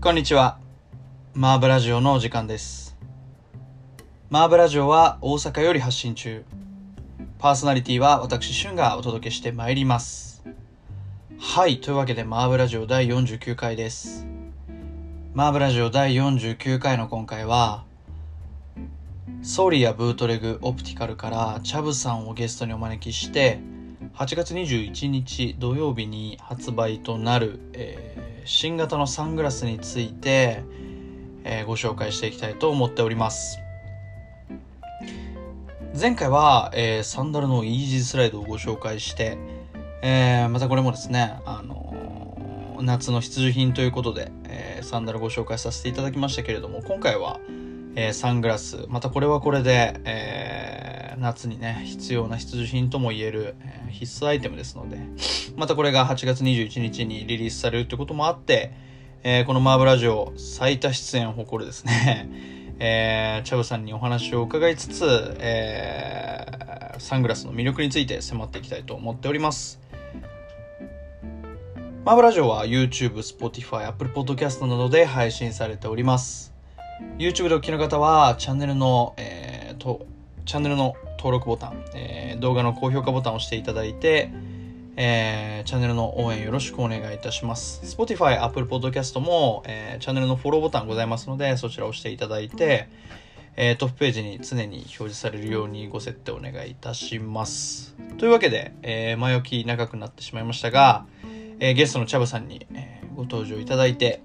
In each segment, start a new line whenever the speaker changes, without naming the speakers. こんにちは。マーブラジオのお時間です。マーブラジオは大阪より発信中。パーソナリティは私、シュンがお届けしてまいります。はい、というわけでマーブラジオ第49回です。マーブラジオ第49回の今回は、ソーリーやブートレグオプティカルからチャブさんをゲストにお招きして、8月21日土曜日に発売となる、えー新型のサングラスについて、えーご紹介していきたいと思っております前回は、えーサンダルのイージースライドをご紹介して、えーまたこれもですね、あのー夏の必需品ということで、えーサンダルご紹介させていただきましたけれども今回は、えーサングラスまたこれはこれで、えー夏にね必要な必需品ともいえる、えー必須アイテムですのでまたこれが8月21日にリリースされるということもあって、えーこのマーブラジオ最多出演を誇るですね、 えーチャブさんにお話を伺いつつ、えーサングラスの魅力について迫っていきたいと思っております。マーブラジオは YouTube、Spotify、Apple Podcast などで配信されております。YouTube でお聞きの方はチャンネルの、えーとチャンネルの登録ボタン、えー動画の高評価ボタンを押していただいて、えーチャンネルの応援よろしくお願いいたします。Spotify、Apple Podcast も、えーチャンネルのフォローボタンございますので、そちらを押していただいて、えートップページに常に表示されるようにご設定お願いいたします。というわけで、えー前置き長くなってしまいましたが、えーゲストのチャブさんに、えーご登場いただいて、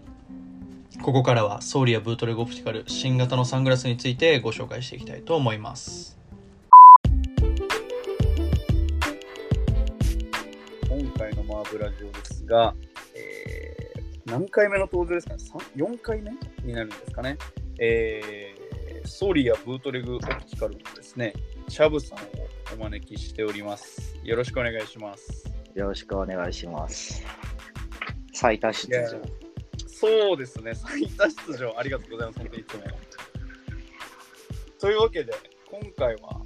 ここからはソーリーやブートレグオプティカル新型のサングラスについてご紹介していきたいと思います。
今回のマーブラジオですが、えー何回目の登場ですかねさん ?4 回目になるんですかね。えーソーリーやブートレグオプティカルのですね、チャブさんをお招きしております。よろしくお願いします。
よろしくお願いします。最多出場。
そうですね、最多出場ありがとうございます、本当にいつも。というわけで、今回は、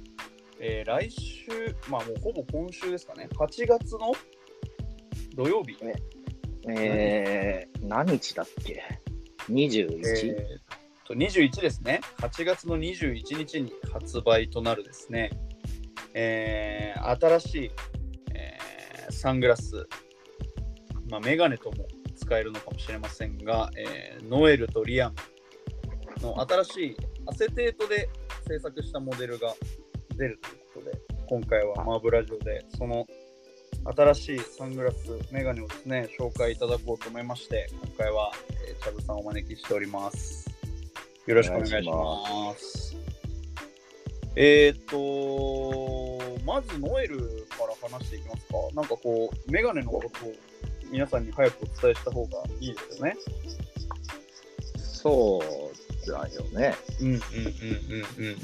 えー来週、まあもうほぼ今週ですかね、8月の土曜日。
えー、何日だっけ ?21?、
えーっと21ですね、8月の21日に発売となるですね、えー新しい、えーサングラス、まあ、メガネとも使えるのかもしれませんが、えーノエルとリアムの新しいアセテートで制作したモデルが出るということで、今回はマーブラジオでその新しいサングラス、メガネをですね、紹介いただこうと思いまして、今回は、えーチャブさんをお招きしております。よろしくお願いします。
お
えーっと、まずノエルから話していきますか。なんかこう、メガネのことを皆さんに早くお伝えした方がいいですよね。
そうだよね。
うんうんうんうんうん。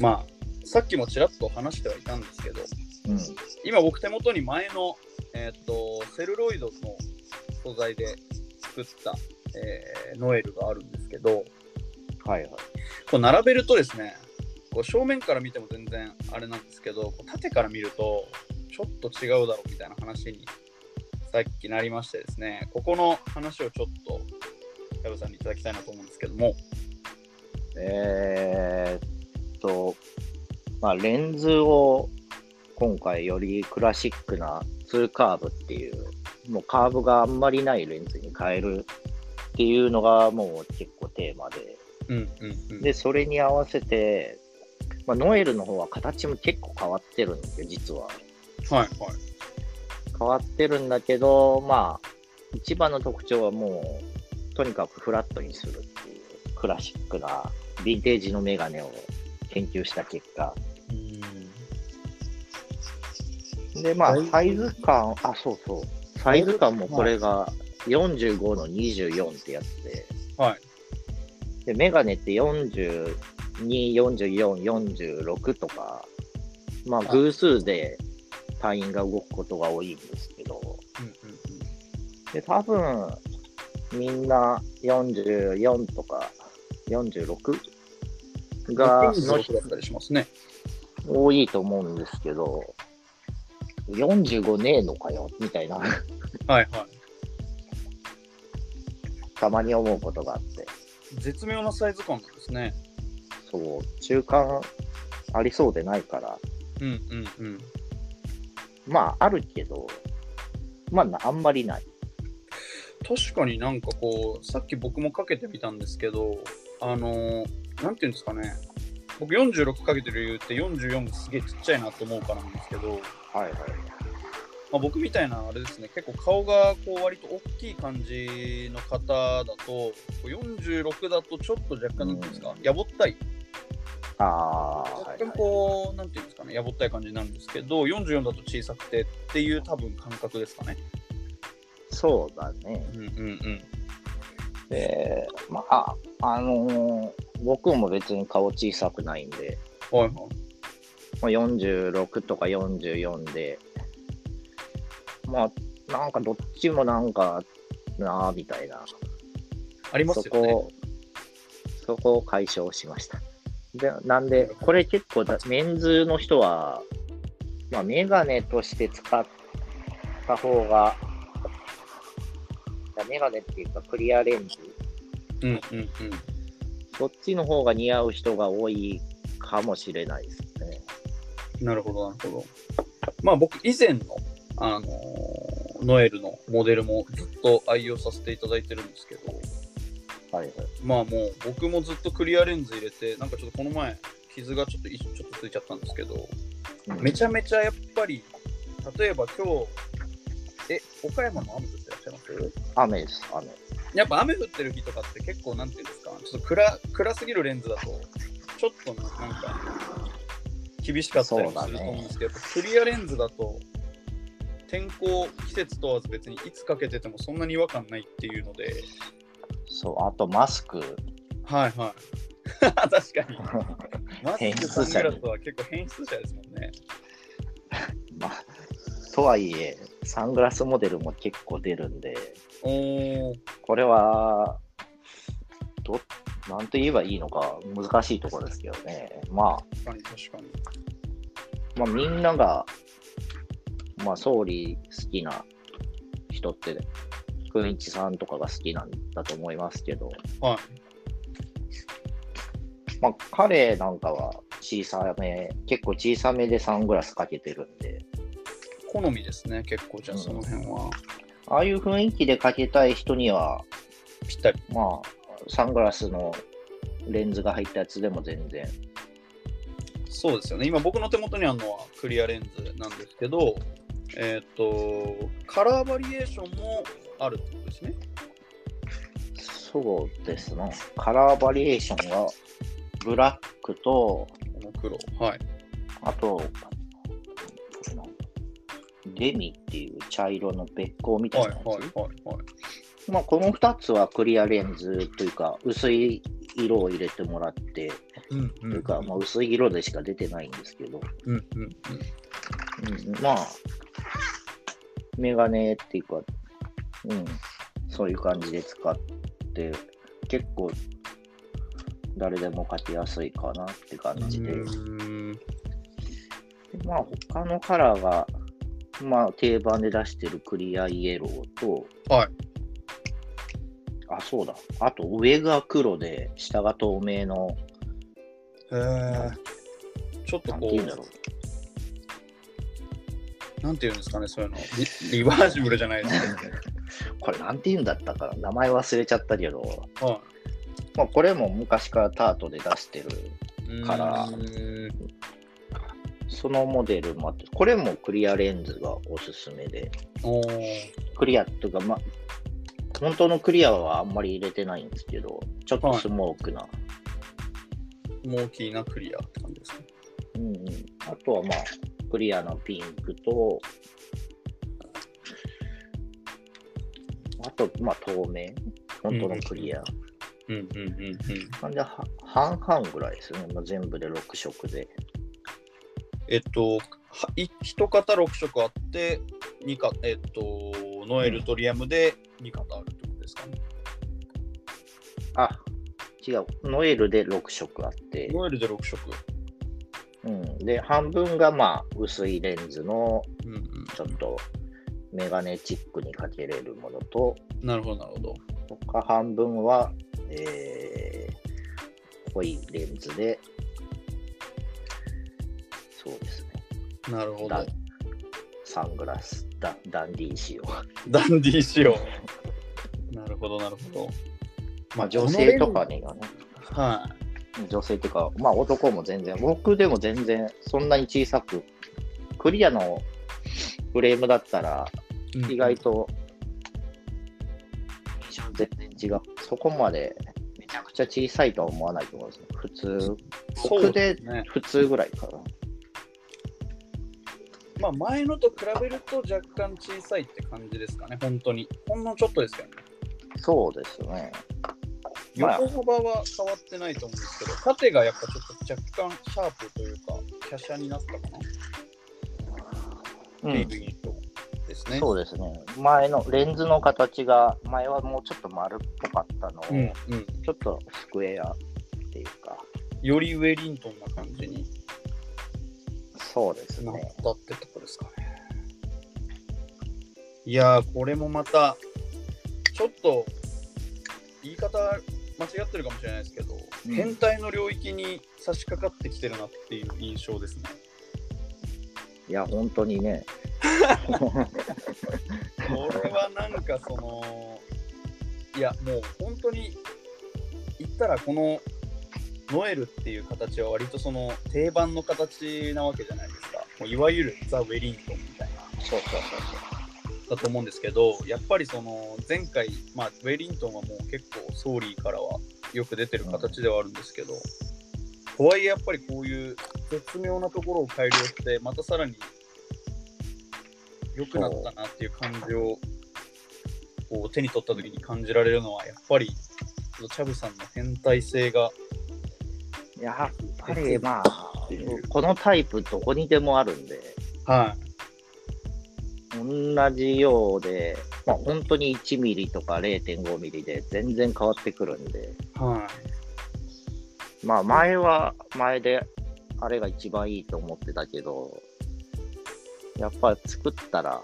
まあ、さっきもちらっと話してはいたんですけど、
うん。
今僕手元に前の、えーっとセルロイドの素材で作った、えーノエルがあるんですけど
はいはい。
こう並べるとですねこう正面から見ても全然あれなんですけどこう縦から見るとちょっと違うだろうみたいな話にさっきなりましてですねここの話をちょっと矢部さんにいただきたいなと思うんですけども
えー、っと、まあ、レンズを今回よりクラシックな2カーブっていう、もうカーブがあんまりないレンズに変えるっていうのがもう結構テーマで。
うんうんうん
で、それに合わせて、まあ、ノエルの方は形も結構変わってるんで、実は。
はいはい
変わってるんだけど、まあ、一番の特徴はもう、とにかくフラットにするっていう、クラシックな、ヴィンテージのメガネを研究した結果。で、まあ、サイズ感、あ、そうそう。サイズ感もこれが45の24ってやつで、
はい
で、メガネって42、44、46とか、まあ、
い
偶数で単位が動くことが多いんですけど、
うんうんうん
で、多分、みんな44とか46
が
が、
能力だったりしますね。
の多いと思うんですけど、45ねえのかよ、みたいな、
はいは
たまに思うことがあって、
い。絶妙なサイズ感なんですね。
そう、中間ありそうでないから、
うんうんうん。
まあ、あるけど、まあな、あんまりない。
確かになんかこう、さっき僕もかけてみたんですけど、あのー、なんていうんですかね。僕46かけてる理由って44がすげえちっちゃいなと思うからなんですけど、
はいはい。
まあ、僕みたいなあれですね結構顔がこう割と大きい感じの方だとこう46だとちょっと若干なんていうんですか、やぼったい
ああ、は
若
いは
干
い、
こうなんていうんですかねやぼったい感じになるんですけど44だと小さくてっていう多分感覚ですかね
そうだね。
うんうんうん
で、まあ、あのー僕も別に顔小さくないんで、
はいはい
まあ、46とか44で、まあ、なんかどっちもなんかなあみたいな、
ありま
そ
すよね
こを、そこを解消しました。でなんで、これ結構だ、メンズの人は、まあ、メガネとして使った方が、いやメガネっていうかクリアレンズ
うんうんうん
そっちの方が似合う人が多いかもしれないですね。
なるほどなるほどまあ僕以前のあのーノエルのモデルもずっと愛用させていただいてるんですけど、
はいはい。
まあもう僕もずっとクリアレンズ入れてなんかちょっとこの前傷がちょっと一ちょっとついちゃったんですけどめちゃめちゃやっぱり例えば今日え岡山の雨降ってらっしゃいます
雨です、雨。
やっぱ雨降ってる日とかって結構なんていうんですかちょっと暗暗すぎるレンズだとちょっとななんか厳しかったりもすると思うんですけど、やっぱクリアレンズだと天候季節問わず別にいつかけててもそんなに違和感ないっていうので
そう、あとマ スク。
はいはい 確かにマス
変
ク
質
サ
者
ングラスは結構変質者ですもんね。
まあ、とはいえ、サングラスモデルも結構出るんで、
おー
これは、ど、なんと言えばいいのか難しいところですけどね。ま
確かに確かに。
あ、まあみんなが、まあ総理好きな人って、くんいちさんとかが好きなんだと思いますけど、
はい。
まあ、彼なんかは小さめ、結構小さめでサングラスかけてるんで、
好みですね、結構じゃあその辺は。
ああいう雰囲気でかけたい人には、
ぴったり。
まあ、サングラスのレンズが入ったやつでも全然。
そうですよね。今僕の手元にあるのはクリアレンズなんですけど、えーっ、と、カラーバリエーションもあるってことですね。
そうですね。カラーバリエーションが、ブラックと、
この黒。はい。
あと、デミっていう茶色の別光みたい
はい
な
は
や
い
つ。
はいはい。
まあ、この2つはクリアレンズというか、薄い色を入れてもらって、
うんう
というか、まあ、薄い色でしか出てないんですけど、
うんうんうん。
まあ、メガネっていうか、うん、そういう感じで使って、結構、誰でもかけやすいかなって感じで、
うん
まあ、他のカラーが、まあ、定番で出してるクリアイエローと、
はい。
あ、そうだ。あと、上が黒で、下が透明の、
へーちょっと
なん
こ
て言うんだろ
う、
う。
なんていうんですかね、そういうの。リリバーシブルじゃないですけ
これ、なんて言うんだったかな。名前忘れちゃったけど、
ど。は
まあ、これも昔からタートで出してる、
い。
カラー
ー。
そのモデルもあって、これもクリアレンズがおすすめで、
おー。
クリアっていうか、まあ、本当のクリアはあんまり入れてないんですけど、ちょっとスモークな。
モーキーなクリアって感じですね。
うんうん、あとはまあ、クリアのピンクと、あと、まあ、透明。本当のクリア。
うんうんうんうん。
なんで、は半々ぐらいですね。まあ、全部で6色で。
えっと、1型6色あって、二かえっと、ノエルトリアムで2型あるってことですかね。
あ、違う、ノエルで6色あって、
ノエルで6色。
うん、で、半分がまあ薄いレンズの
うんうん。
ちょっとメガネチックにかけれるものと、
なるほど、なるほど。
他半分は、えー、濃いレンズで、そうですね、
なるほど
ダン。サングラス、ダダンディー仕様。
ダンディー仕様。なるほど、なるほど。
まあ女性とかにはね、
は
女性っていうか、まあ男も全然、僕でも全然そんなに小さく、クリアのフレームだったら
い、
意外とビジョン全然違う。そこまでめちゃくちゃ小さいとは思わないと思うんですよ。普通、
そう
僕
で
です
ね。
普通ぐらいかな。
まあ前のと比べると若干小さいって感じですかね、本当に。ほんのちょっとですけどね。
そうですね。まあ
横幅は変わってないと思うんですけど、縦がやっぱちょっと若干シャープというか、華奢になったかな、
う
リー
ん
グインとですね。
そうですね。前のレンズの形が、前はもうちょっと丸っぽかったのを、
うんうん、
ちょっとスクエアっていうか、
よりウェリントンな感じに
そうです
なっ
ね。
たってとこですかね。いやー、これもまた、ちょっと言い方間違ってるかもしれないですけど、
うん
変態の領域に差し掛かってきてるなっていう印象ですね。
いや、本当にね。
これはなんかそのいやもう本当に言ったらこのノエルっていう形は割とその定番の形なわけじゃないですかもういわゆるザ・ウェリントンみたいな
そうそうそう
だと思うんですけどやっぱりその前回、まあ、ウェリントンはもう結構ソーリーからはよく出てる形ではあるんですけど、とはいえやっぱりこういう絶妙なところを改良してまたさらに良くなったなっていう感じをこう手に取った時に感じられるのはやっぱりチャブさんの変態性が
そう。やっぱりまあ、このタイプどこにでもあるんで、
はい
同じようで、まあ本当に1ミリとか0.5ミリで全然変わってくるんで、
は
まあ前は前であれが一番いいと思ってたけど、やっぱ作ったら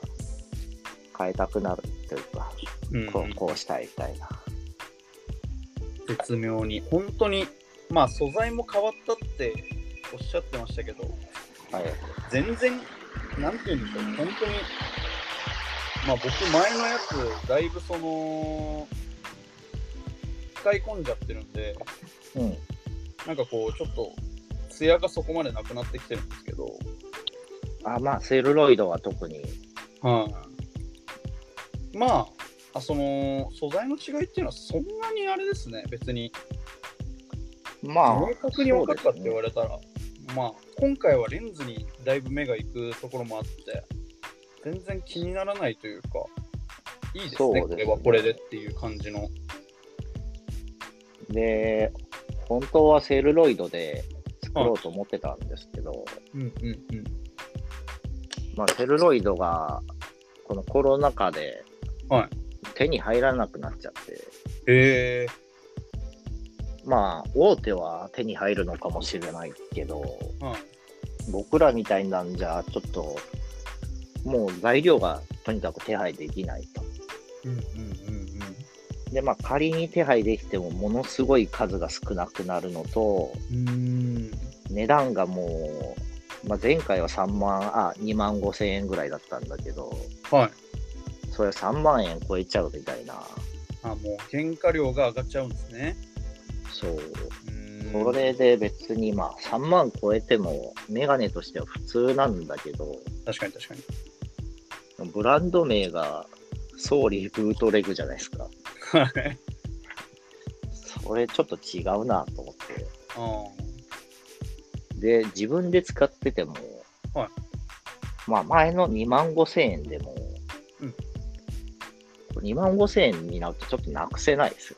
変えたくなるというか、
い、うん、
こうこうしたいみたいな。
絶妙に本当にまあ素材も変わったっておっしゃってましたけど
はい。
全然、なんて言うんでしょう、本当に、まあ僕、前のやつ、だいぶその、使い込んじゃってるんで、
うん。
なんかこう、ちょっと、艶がそこまでなくなってきてるんですけど、
あまあセルロイドは特に、
はい。まあ、あその、素材の違いっていうのは、そんなにあれですね、別に。
まあ、
明確に分かったって言わ
れ
れたら、まあ、今回はレンズにだいぶ目が行くところもあって、全然気にならないというか、いいですね、
そうです
こ
ね
れはこれでっていう感じの。
で、本当はセルロイドで作ろうと思ってたんですけど、
うんうんうん。
まあ、セルロイドがこのコロナ禍で
はい
手に入らなくなっちゃって、
え
まあ大手は手に入るのかもしれないけど
ー、はい。
僕らみたいなんじゃちょっともう材料がとにかく手配できないと。
うんうんうん
でまあ仮に手配できてもものすごい数が少なくなるのと
うん。うーん。
値段がもう、まあ、前回は3万あ2万5千円ぐらいだったんだけど
はい。
それ3万円超えちゃうみたいな
あ、もう、原価量が上がっちゃうんですね。
そう
うーん。
それで別にまあ3万超えてもメガネとしては普通なんだけど
確かに確かに。
ブランド名がソーリーブートレグじゃないですか
はい。
それちょっと違うなと思って
あ
で自分で使ってても、
はい
まあ前の2万5千円でも、
うん
2万5千円になるとちょっとなくせないですよ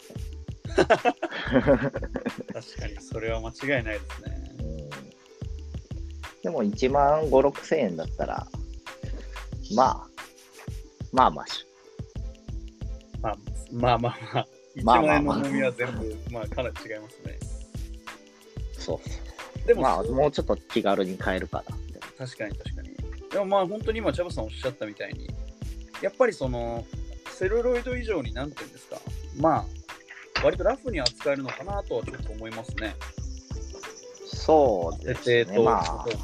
ね
あ。確かに、それは間違いないですね。
うんでも1万5、6千円だったら、まあ、まあまあし、
まあ、まあまあまあ、 1
まあ
万
まあ
円
ま
の
あ
重みは全部、まあ、かなり違いますね。
そうそ
で
う。
も、
まあ、もうちょっと気軽に買えるかな。
確かに確かに。でもまあ本当に今、チャボさんおっしゃったみたいに、やっぱりその、セルロイド以上になんていうんですか、まあ、割とラフに扱えるのかなとはちょっと思いますね。
そうです
設定
ね。
と、
まあ
そう、か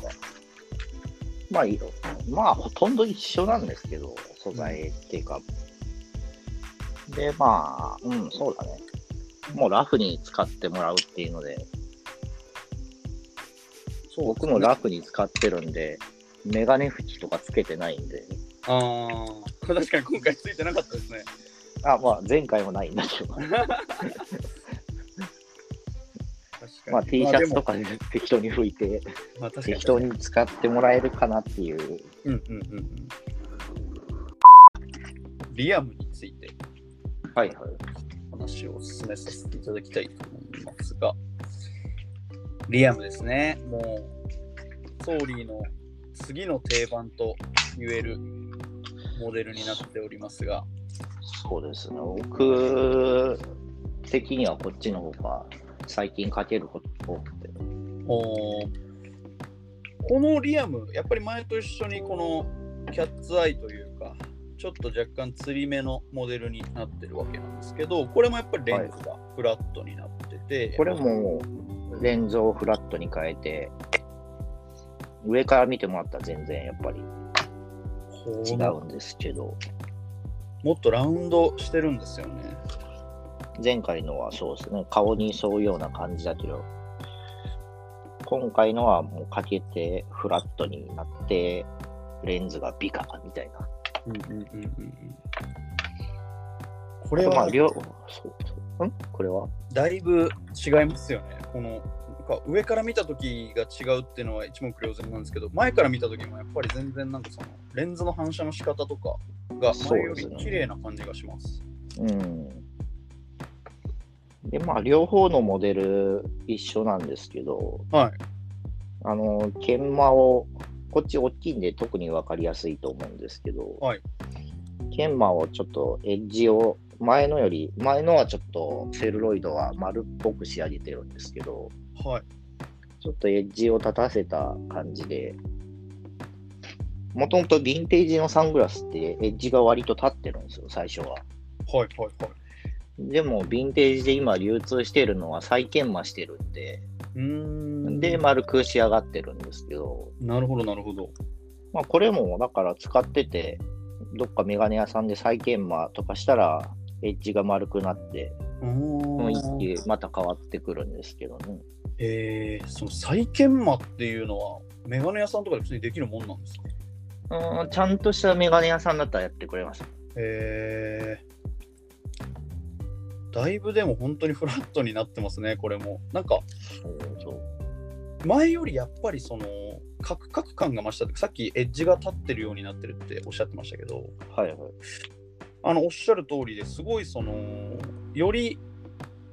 まあ、いいよまあ、ほとんど一緒なんですけど、素材っていうか。で、まあ、うん、そうだね。もうラフに使ってもらうっていうので、
そう
僕もラフに使ってるんで、メガネ拭きとかつけてないんで、
ああ、 確かに今回ついてなかったですね。
あ、まあ、前回もないんだ けど、
確かに。
まあ、T シャツと
か。
かで適当に拭いて、
まあ、確かに
適。当に使ってもらえるかなっていう。
うんうんうんうん。リアムについて
はいはい。
話を進めさせていただきたいと思いますが、リアムですね。もう、ソーリーの次の定番と言えるモデルになっておりますが、
そうですね。僕的にはこっちの方が最近かけることが多くて。
おーこのリアム、やっぱり前と一緒にこのキャッツアイというか、ちょっと若干釣り目のモデルになってるわけなんですけど、これもやっぱりレンズがフラットになってて、
これもレンズをフラットに変えて、上から見てもらったら全然やっぱり
こ
違
の
うんですけど、
もっとラウンドしてるんですよね。
前回のはそうですね、顔に沿うような感じだけど、今回のはもうかけてフラットになって、レンズが美化みたいな。
うんうんうんうんこ
こ
れ
ま
は
あ両そうそう。んこれは
だいぶ違いますよね。このなんか上から見た時が違うっていうのは一目瞭然なんですけど、前から見た時もやっぱり全然なんかそのレンズの反射の仕方とかが
そう
前よ
です
り
ね
綺麗な感じがします。
うん。で、まあ、両方のモデル一緒なんですけど、
はい。
あの、研磨を、こっち大きいんで特に分かりやすいと思うんですけど、
はい
研磨をちょっとエッジを、前のより、前のはちょっとセルロイドは丸っぽく仕上げてるんですけど、
はい。
ちょっとエッジを立たせた感じで、もともとヴィンテージのサングラスってエッジが割と立ってるんですよ、最初は。
はいはいはい。
でも、ヴィンテージで今流通してるのは再研磨してるんで、
うーん。
で、丸く仕上がってるんですけど、
なるほどなるほど。
まあ、これもだから使ってて、どっかメガネ屋さんで再研磨とかしたら、エッジが丸くなって、
お
雰
ー
囲気また変わってくるんですけどね。
えー、その再研磨っていうのはメガネ屋さんとかで普通にできるもんなんですか
うーん、ちゃんとしたメガネ屋さんだったらやってくれます。
へえだいぶでも本当にフラットになってますねこれもなんか
そうそう。
前よりやっぱりそのカクカク感が増したってさっきエッジが立ってるようになってるっておっしゃってましたけど
はいはい。
あのおっしゃる通りですごいそのより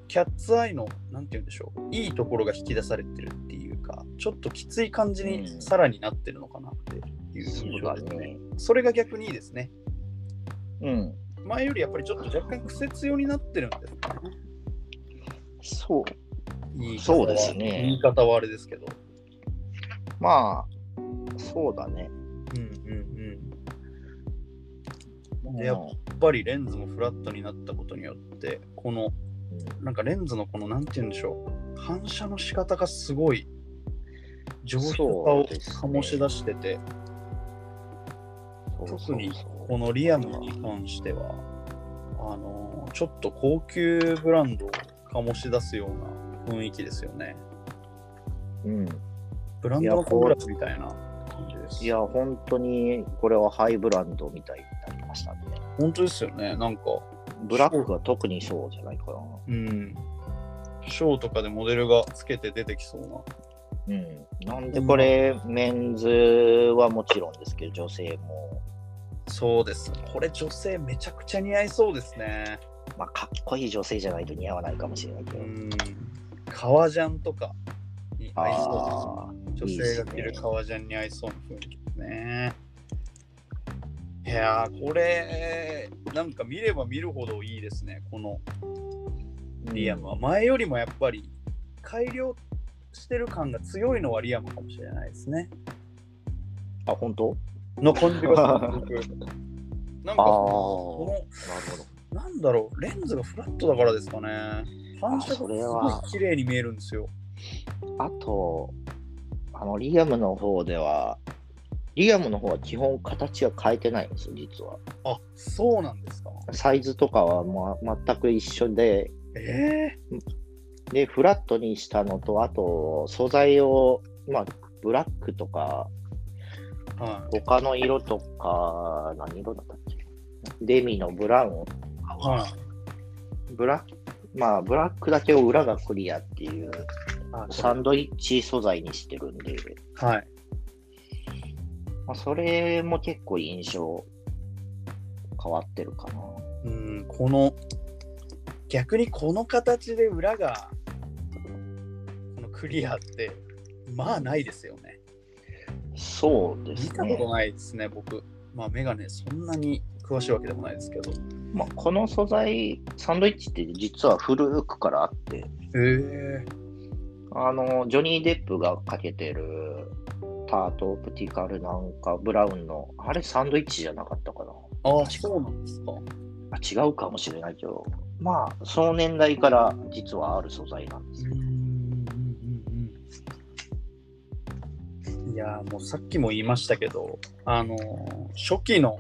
キャッツアイのなんて言うんでしょういいところが引き出されてるっていうかちょっときつい感じ
うん
にさらになってるのかなっていう印象ですね、
ね。
それが逆にいいですね
うん。
前よりやっぱりちょっと若干癖強になってるんですかね
そう。
言い方は
そうですね
言い方はあれですけど。
まあ、そうだね。
うんうんうん。
うん
やっやっぱりレンズもフラットになったことによって、この、なんかレンズのこの、なんて言うんでしょう、反射の仕方がすごい上質さ
そう
を
ですね
醸し出してて、
そうそうそう
特にこのリアムに関しては、あのー、ちょっと高級ブランドを醸し出すような雰囲気ですよね。
うん。
ブランドのコングラスみたいな感じです。
いや、本当にこれはハイブランドみたいになりましたね。
本当ですよね。なんか、
ブラックは特にそうじゃないかな。
うん。ショーとかでモデルがつけて出てきそうな。
うん。なんでこれ、メンズはもちろんですけど、女性も、
そうです。これ女性めちゃくちゃ似合いそうですね。
まあ、かっこいい女性じゃないと似合わないかもしれないけ
う
ど。
ん。革ジャンとかに合いそ
ああ、
う。女性が着る革ジャンに合いそうな雰囲気ですね。いやーこれなんか見れば見るほどいいですねこのリアムは。前よりもやっぱり改良してる感が強いのはリアムかもしれないですね。
あ、本当
の感じがする僕なんか
ああ、なる
こ
ほど。
の、なんだろう、レンズがフラットだからですかね。反射がす
そ
ごい
れは
綺麗に見えるんですよ。
あと、あの、リアムの方では、リアムの方は基本形は変えてないんですよ、実は。
あ、そうなんですか。
サイズとかは、ま、全く一緒で、
ええ
で、フラットにしたのと、あと、素材を、まあ、ブラックとか、
は
他の色とか、何色だったっけデミのブラウンを
い。はい。
ブラッまあ、ブラックだけを裏がクリアっていう、
あ
サンドイッチ素材にしてるんで、
はい。
まあ、それも結構印象変わってるかな。
うん、この、逆にこの形で裏が、このクリアって、まあないですよね。
そうで
見
す
たこ
ね
と。ないですね、僕。まあ、メガネ、そんなに詳しいわけでもないですけど。へ
まあ、この素材、サンドイッチって実は古くからあって、
え
あの、ジョニー・デップがかけてるタートオプティカルなんか、ブラウンの、あれサンドイッチじゃなかったかな。
ああ、そうなんですか。
あ違うかもしれないけど、まあ、その年代から実はある素材なんです。
いやーもうさっきも言いましたけどあのー初期の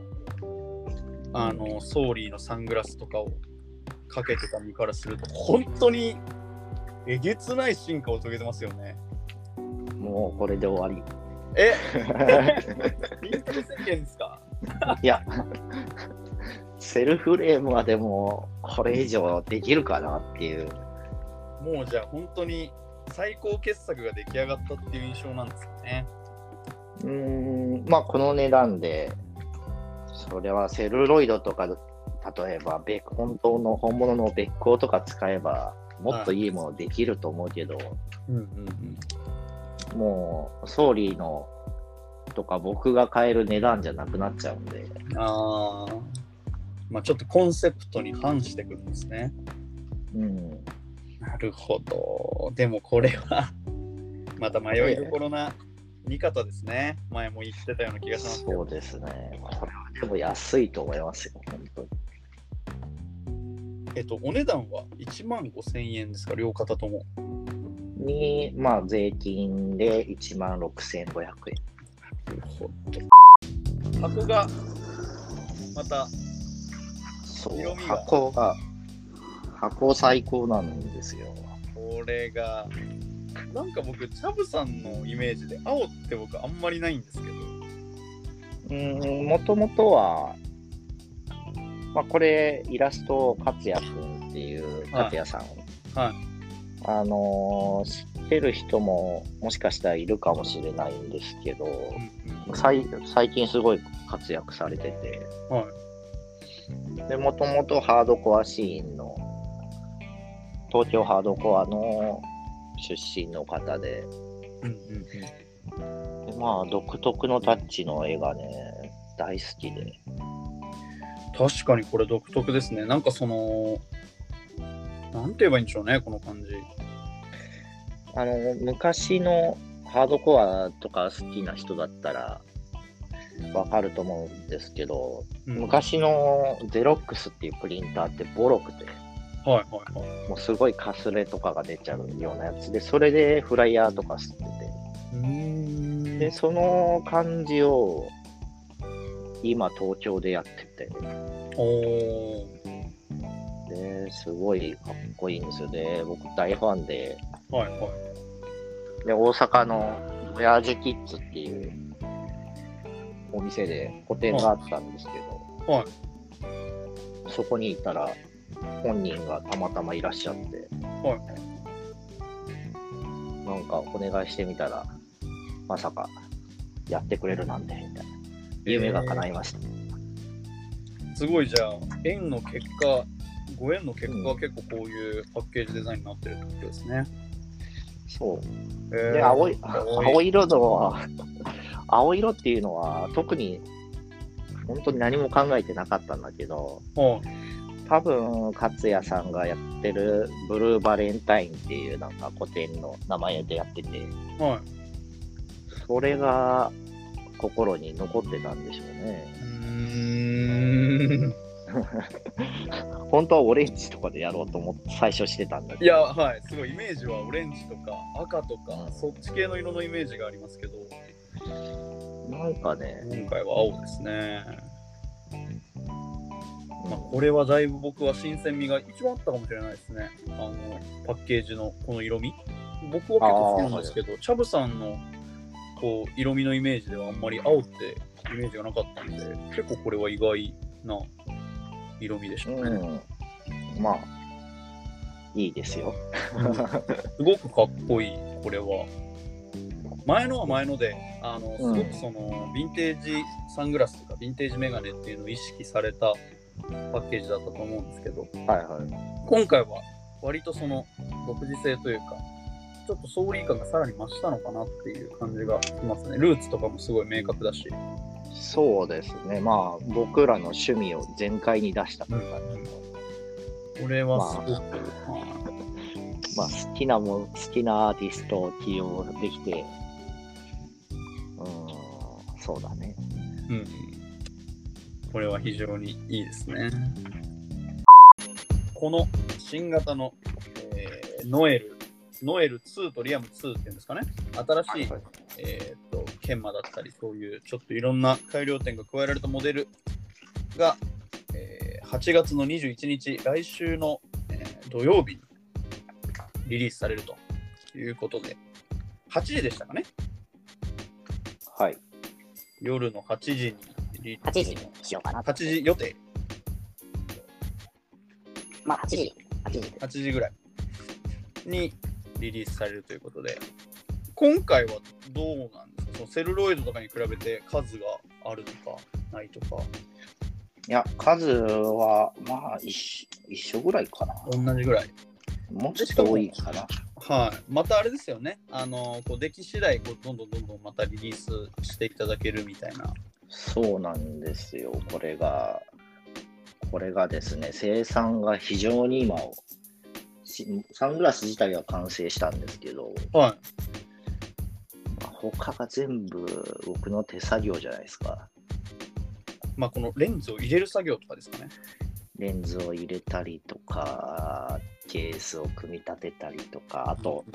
あのーソーリーのサングラスとかをかけてた身からすると本当にえげつない進化を遂げてますよね。
もうこれで終わり。
えインスタ宣言ですか
いや、セルフレームはでも、これ以上できるかなっていう。
もうじゃあ本当に最高傑作が出来上がったっていう印象なんですよね。
うーん、まあ、この値段で、それはセルロイドとか、例えば、べ本当の本物のべっ甲とか使えば、もっといいものできると思うけど、
うんうんうん。
もう、ソーリーのとか、僕が買える値段じゃなくなっちゃうんで、
ああ。まあちょっとコンセプトに反してくるんですね。
うん、
なるほど。でもこれは、 また迷いどころな見方ですね。前も言ってたような気がしますけ
そ
ど
う。ですね。これはでも安いと思いますよ、本当に。
えっと、お値段は1万5千円ですか、両方とも。
に、まあ、税金で1万6500円。
なるほど。箱が、また、
そう
色味が
箱が箱最高なんですよ
これが、なんか僕、チャブさんのイメージで、青って僕あんまりないんですけど。
うんもともとは、まあ、これイラスト勝也くんっていう勝也さん、
はい。
あのー知ってる人ももしかしたらいるかもしれないんですけど最最近すごい活躍されてて
はい。
でもともとハードコアシーンの東京ハードコアの出身の方で
うんうん
でまあ独特のタッチの絵がね大好きで
確かにこれ独特ですね。なんかその、なんて言えばいいんでしょうね、この感じ。
あの昔のハードコアとか好きな人だったらわかると思うんですけど
うん
昔のゼロックスっていうプリンターってボロくて
はいはいはい。
もうすごいかすれとかが出ちゃうようなやつでそれでフライヤーとか吸って
うん
てでその感じを今東京でやってて
おー
ですごいかっこいいんですよね僕大ファンで
はいはい。
で大阪のオヤージュキッズっていうお店で個展があったんですけど、
はい
そこに行ったら本人がたまたまいらっしゃって
はい
なんかお願いしてみたらまさかやってくれるなんてみたいな夢が叶いました、
すごいじゃあ、円の結果、ご縁の結果は結構こういうパッケージデザインになってるってことですね。
そう
えー
で青い
青い
青色の青色っていうのは特に本当に何も考えてなかったんだけど
は
多分、勝也さんがやってるブルーバレンタインっていうなんか古典の名前でやってて、
は
それが心に残ってたんでしょうね。
い。うーん。
本当はオレンジとかでやろうと思って最初してたんだけど。
いや、はい。すごい、イメージはオレンジとか赤と
う
か、
ん
そっち系の色のイメージがありますけど、
なんかね、
今回は青ですね。まあ、これはだいぶ僕は新鮮味が一番あったかもしれないですね。あの、パッケージのこの色味。僕は結構好きなんですけど、チャブさんのこう色味のイメージではあんまり青ってイメージがなかったんで、結構これは意外な色味でしたね。
うん。まあ、いいですよ。
すごくかっこいい、これは。前のは前ので、あのす
うん
ごくその、ヴィンテージサングラスとか、ヴィンテージメガネっていうのを意識されたパッケージだったと思うんですけど、
はいはい。
今回は割とその、独自性というか、ちょっとソーリー感がさらに増したのかなっていう感じがしますね。ルーツとかもすごい明確だし。
そうですね。まあ、僕らの趣味を全開に出したというか、
これはすごく、はい
まあ、好きなもん、好きなアーティストを起用できて、うーん、そうだね。
うん、これは非常にいいですね。この新型の、えーノエル、ノエル2とリアム2っていうんですかね、新しい、えー、と研磨だったり、そういうちょっといろんな改良点が加えられたモデルが、えー8月の21日、来週の、えー土曜日にリリースされるということで、8時でしたかね、
はい。
夜の8時にリリー
8
ス
時にしようかなと。
8時予定
まあ8時、8時。
8時ぐらいにリリースされるということで今回はどうなんですかそのセルロイドとかに比べて数があるとかないとか
いや、数は、まあ、一緒一緒ぐらいかな。
同じぐらい
もうちょっと多いかな。
はいまたあれですよねあのこう出来次第こうどんどんどんどんまたリリースしていただけるみたいな
そうなんですよ。これが、これがですね、生産が非常に今、しサングラス自体は完成したんですけど、
はい
まあ他が全部僕の手作業じゃないですか。
まあこのレンズを入れる作業とかですかね
レンズを入れたりとか、ケースを組み立てたりとか、あと、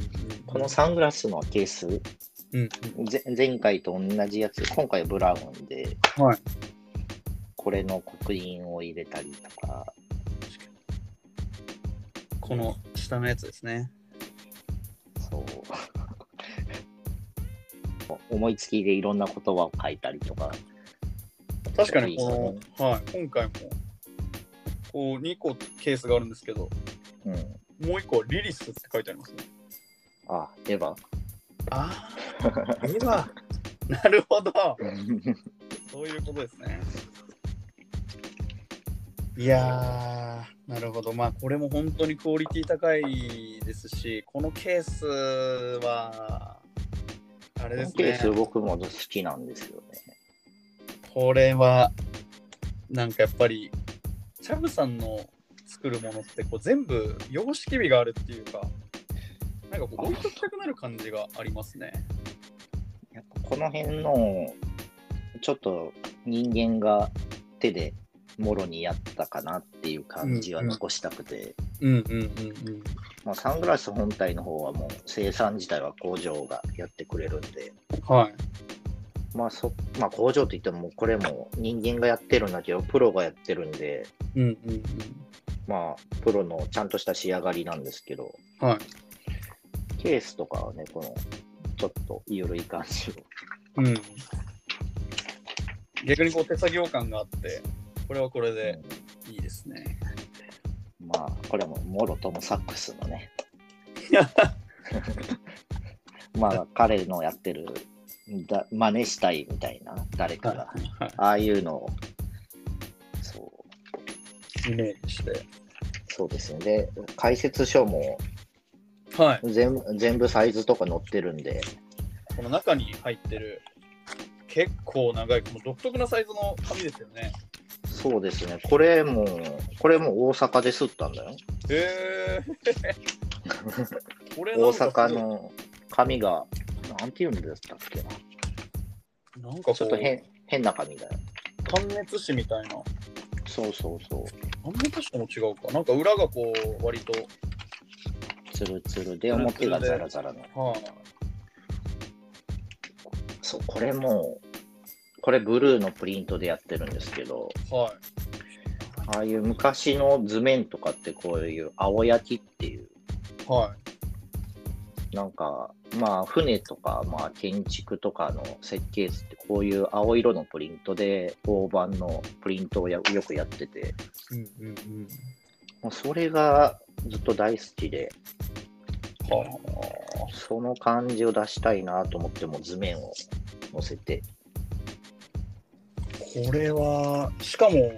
このサングラスのケース、
うん
ぜ前回と同じやつ、今回ブラウンで、
はい
これの刻印を入れたりとか、
この下のやつですね
そう。 思いつきでいろんな言葉を書いたりとか。
確かにこ
いい
の
で、
はい、今回もこう2個ケースがあるんですけど
うん。
もう1個はリリスって書いてありますね
あ、エヴァ。
ああではなるほどそういうことですねいやーなるほどまあこれも本当にクオリティ高いですしこのケースはあれ
こ
で
の
す
ケー
ね
ス僕も好きなんですよね。
これはなんかやっぱりチャブさんの作るものってこう全部様式美があるっていうかなんかこう置いときたくなる感じがありますね。
やっぱこの辺の、ちょっと人間が手でもろにやったかなっていう感じは残したくて、
うんうんうん
まあ、サングラス本体の方はもう生産自体は工場がやってくれるんで、
うん。はい。
まあそまあ、工場といってもこれも人間がやってるんだけど、プロがやってるんで、
うんうんうん。
まあ、プロのちゃんとした仕上がりなんですけど、
はい。
ケースとかはね、この、ちょっと緩い感じを。
うん。逆にこう手作業感があってこれはこれでいいですね。
まあ、これも、モロともサックスのね。 まあ、彼のやってる、だ真似したいみたいな、誰かが。
は
ああいうのを、そう、
い。イメージして。
そうですね。で、解説書も
はい。
全部全部サイズとか載ってるんで、
この中に入ってる結構長いこの独特なサイズの紙ですよね。
そうですね。これも、これも大阪ですったんだよ。
へえ。 これ
大阪。の紙が、なんていうんだったっけな。
なんかこう
ちょっと変、変な紙だよ。
単熱紙みたいな。
そうそうそう。
単熱紙とも違うか。なんか裏がこう、割と。
つるつるで、表がザラザラの。
はい、
そう、これも、これブルーのプリントでやってるんですけど、
はい。
ああいう昔の図面とかってこういう青焼きっていう、
は
なんか、まあ船とか、まあ建築とかの設計図ってこういう青色のプリントで大判のプリントをやよくやってて、
い。うんうんうん。
もうそれがずっと大好きで、
は
その感じを出したいなと思っても図面を載せて、
あ。これは、しかも、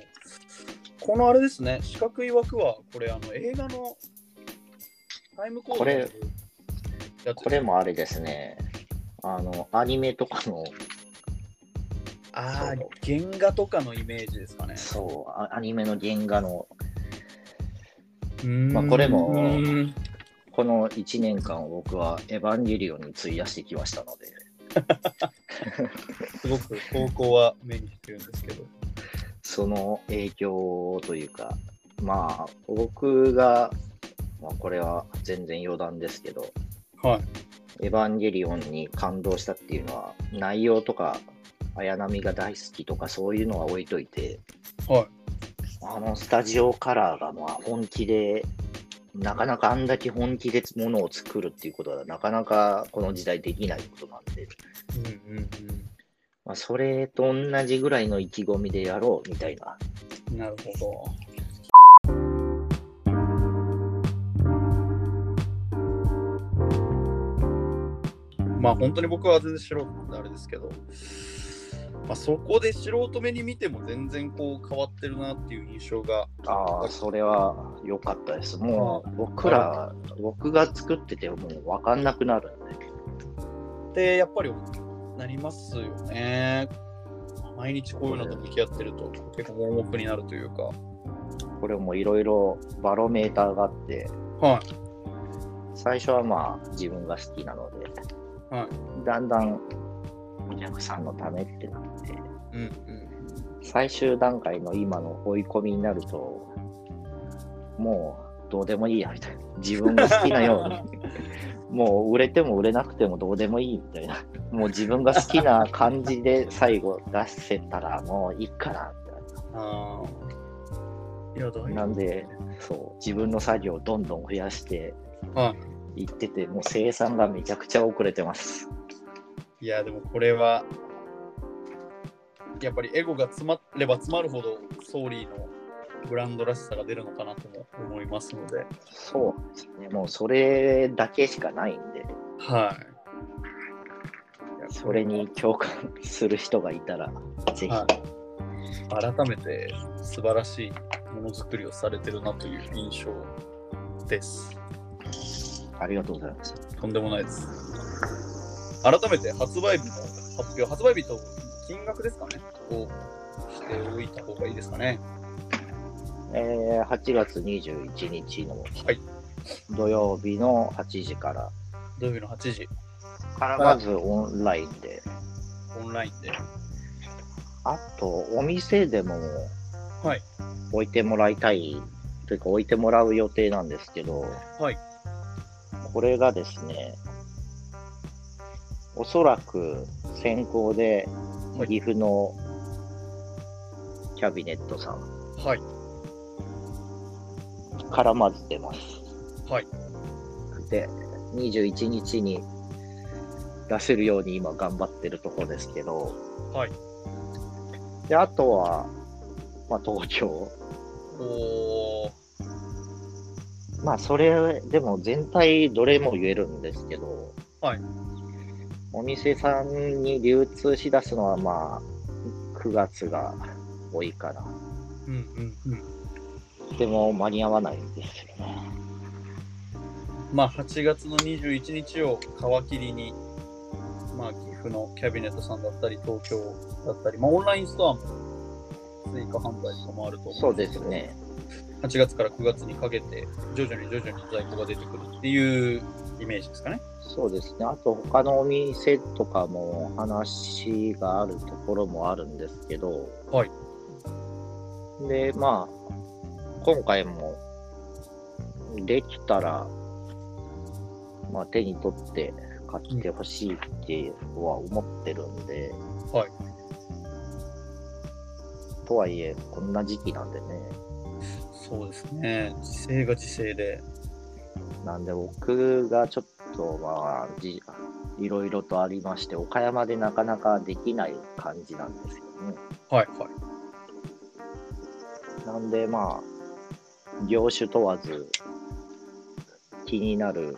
このあれですね、四角い枠は、これ、あの、映画のタイムコード
これ
やつ
これもあれですね、あの、アニメとかの
ああ、原画とかのイメージですかね。
そう、あアニメの原画の、
ま
まあこれもこの1年間を僕はエヴァンゲリオンに費やしてきましたので、
すごく投稿は目にしてるんですけど。
その影響というか、まあ、僕が、まあ、これは全然余談ですけど、
はい。
エヴァンゲリオンに感動したっていうのは、内容とか、綾波が大好きとか、そういうのは置いといて、
はい。
あのスタジオカラーがまあ本気で、なかなかあんだけ本気でものを作るっていうことは、なかなかこの時代できないことなんで、
うんうん
まあ、それと同じぐらいの意気込みでやろうみたいな。
うん。なるほど。まあ本当に僕は全然素人なんであれですけど、まあ、そこで素人目に見ても全然こう変わってるなっていう印象が
ああ、それは良かったです。もう僕ら、僕が作っててもう分かんなくなるんで。
ってやっぱりなりますよね。毎日こういうのと向き合ってると結構盲目になるというか。
これもいろいろバロメーターがあって、
は
最初はまあ自分が好きなので、
は
だんだんお客さんのためってなって、
い。うんうん。
最終段階の今の追い込みになると、もうどうでもいいやみたいな。自分が好きなように。 もう売れても売れなくてもどうでもいいみたいな。もう自分が好きな感じで最後出せたらもういいからみたい
ああ。いや、だい
な。なんで、そう、自分の作業をどんどん増やして
はい
ってて、もう生産がめちゃくちゃ遅れてます。
いや、でもこれは、やっぱりエゴが詰まれば詰まるほど、ソーリーのブランドらしさが出るのかなとも思いますので。
そうなんですね。もうそれだけしかないんで、
はい。いや
それに共感する人がいたら、ぜひ。
はい、改めて素晴らしいものづくりをされてるなという印象です。
ありがとうございます。
とんでもないです。改めて発売日の発表、発売日と金額ですかね、をしておいた方がいいですかね。
えー8月21日の
はい
土曜日の8時から、
土曜日の8時、
からまずオンラインで、
オンラインで。
あとお店でも
はい
置いてもらいたい、というか置いてもらう予定なんですけど、
はい。
これがですね、おそらく先行で
はい
岐阜のキャビネットさん
はい。
からまず出ます。
はい。
で21日に出せるように今頑張ってるところですけど、
はい
であとは、まあ、東京
おー。
まあそれでも全体どれも言えるんですけど、
はい
お店さんに流通しだすのはまあ9月が多いかな
うんうんうん。
でも間に合わないんですよね
まあ、8月の21日を皮切りに、まあ、岐阜のキャビネットさんだったり、東京だったり、まあ、オンラインストアも追加販売とかもあると思うん
そうですね。
8月から9月にかけて徐々に徐々に在庫が出てくるっていうイメージですかね。
そうですね。あと他のお店とかも話があるところもあるんですけど、
はい。
で、まあ、今回もできたら、まあ手に取って買ってほしいっては思ってるんで、
はい。
とはいえ、こんな時期なんでね。
そうですね。時勢が時勢で。
なんで僕がちょっとまあじ いろいろとありまして岡山でなかなかできない感じなんですよね。
はいはい。
なんでまあ業種問わず気になる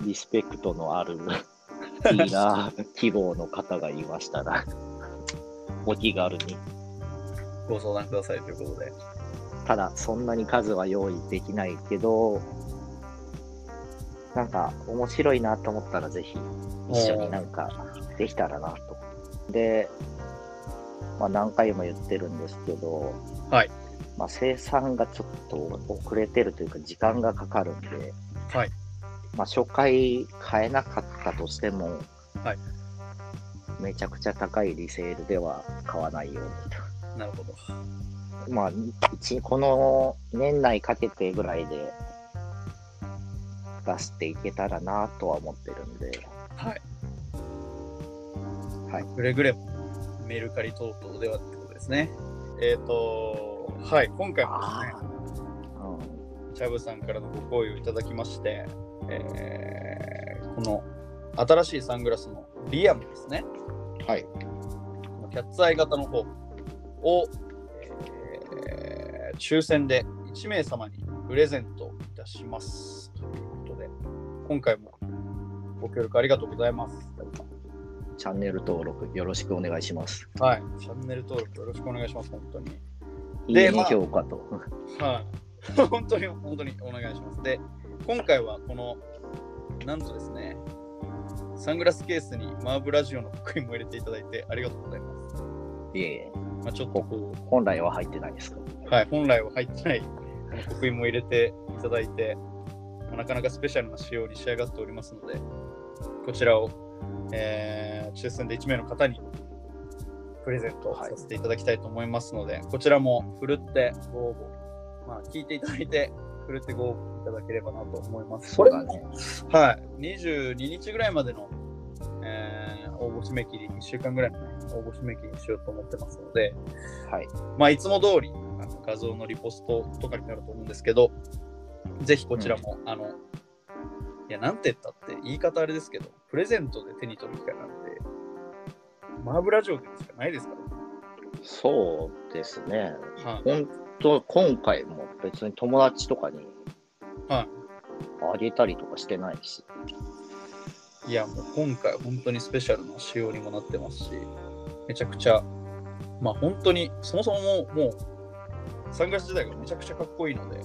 リスペクトのあるディーラー希望の方がいましたらお気軽に
ご相談くださいということで。
ただそんなに数は用意できないけどなんか面白いなと思ったらぜひ一緒になんかできたらなと。で、まあ、何回も言ってるんですけど、
はい
まあ、生産がちょっと遅れてるというか時間がかかるんで、
はい
まあ、初回買えなかったとしても、
はい
めちゃくちゃ高いリセールでは買わないようにと。
なるほど。
まあ、一この年内かけてぐらいで出していけたらなとは思ってるんで、
はい。
はい
くれぐれもメルカリ等々ではってことですね。えっ、と、はい、今回もですね、
う
チャブさんからのご好意をいただきまして、えーこの新しいサングラスのリアムですね、
ん、はい、
このキャッツアイ型の方を、えー抽選で1名様にプレゼントいたします。ということで、今回もご協力ありがとうございます。
チャンネル登録よろしくお願いします。
はい、チャンネル登録よろしくお願いします、本当に。
いい
で
ね
まあ
評価と、
はい、 本当に本当にお願いします。で、今回はこの、なんとですね、サングラスケースにマーブラジオの刻印も入れていただいてありがとうございます。
いえいえ、
まあ、ちょっとこ
本来は入ってないですか
う、はい、本来は入ってない刻印も入れていただいて、なかなかスペシャルな仕様に仕上がっておりますので、こちらを、えー抽選で1名の方にプレゼントさせていただきたいと思いますので、こちらもふるってご応募、まあ、聞いていただいて、ふるってご応募いただければなと思います。
そうだね。
はい、22日ぐらいまでの、えー応募締め切り、1週間ぐらいの、ね、応募締め切りにしようと思ってますので、
はい、
まあ、いつも通りあの画像のリポストとかになると思うんですけど、ぜひこちらも、あの、いや、なんて言ったって、言い方あれですけど、プレゼントで手に取る機会なんて、マーブラジオでしかないですか
そうですね。
ら、はい、
本当今回も別に友達とかに
は
あげたりとかしてないし、
いや、もう今回本当にスペシャルな仕様にもなってますし、めちゃくちゃ、まあ本当に、そもそももう、もうサングラス自体がめちゃくちゃかっこいいので、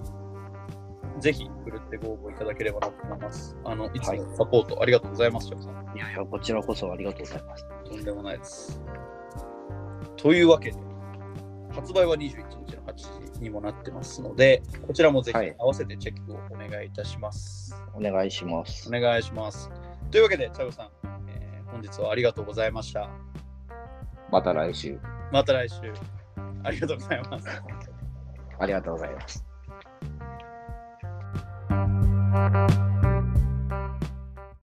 ぜひ、ふるってご応募いただければなと思います。あの、いつもサポートありがとうございます、翔さん。
いやいやこちらこそありがとうございます。
とんでもないです。というわけで、発売は21日の8時にもなってますので、こちらもぜひ
はい
合わせてチェックをお願いいたします。
お願いします
お。願いします。というわけで、チャブさん、えー本日はありがとうございました。
また来週。
また来週。ありがとうございます。
ありがとうございます。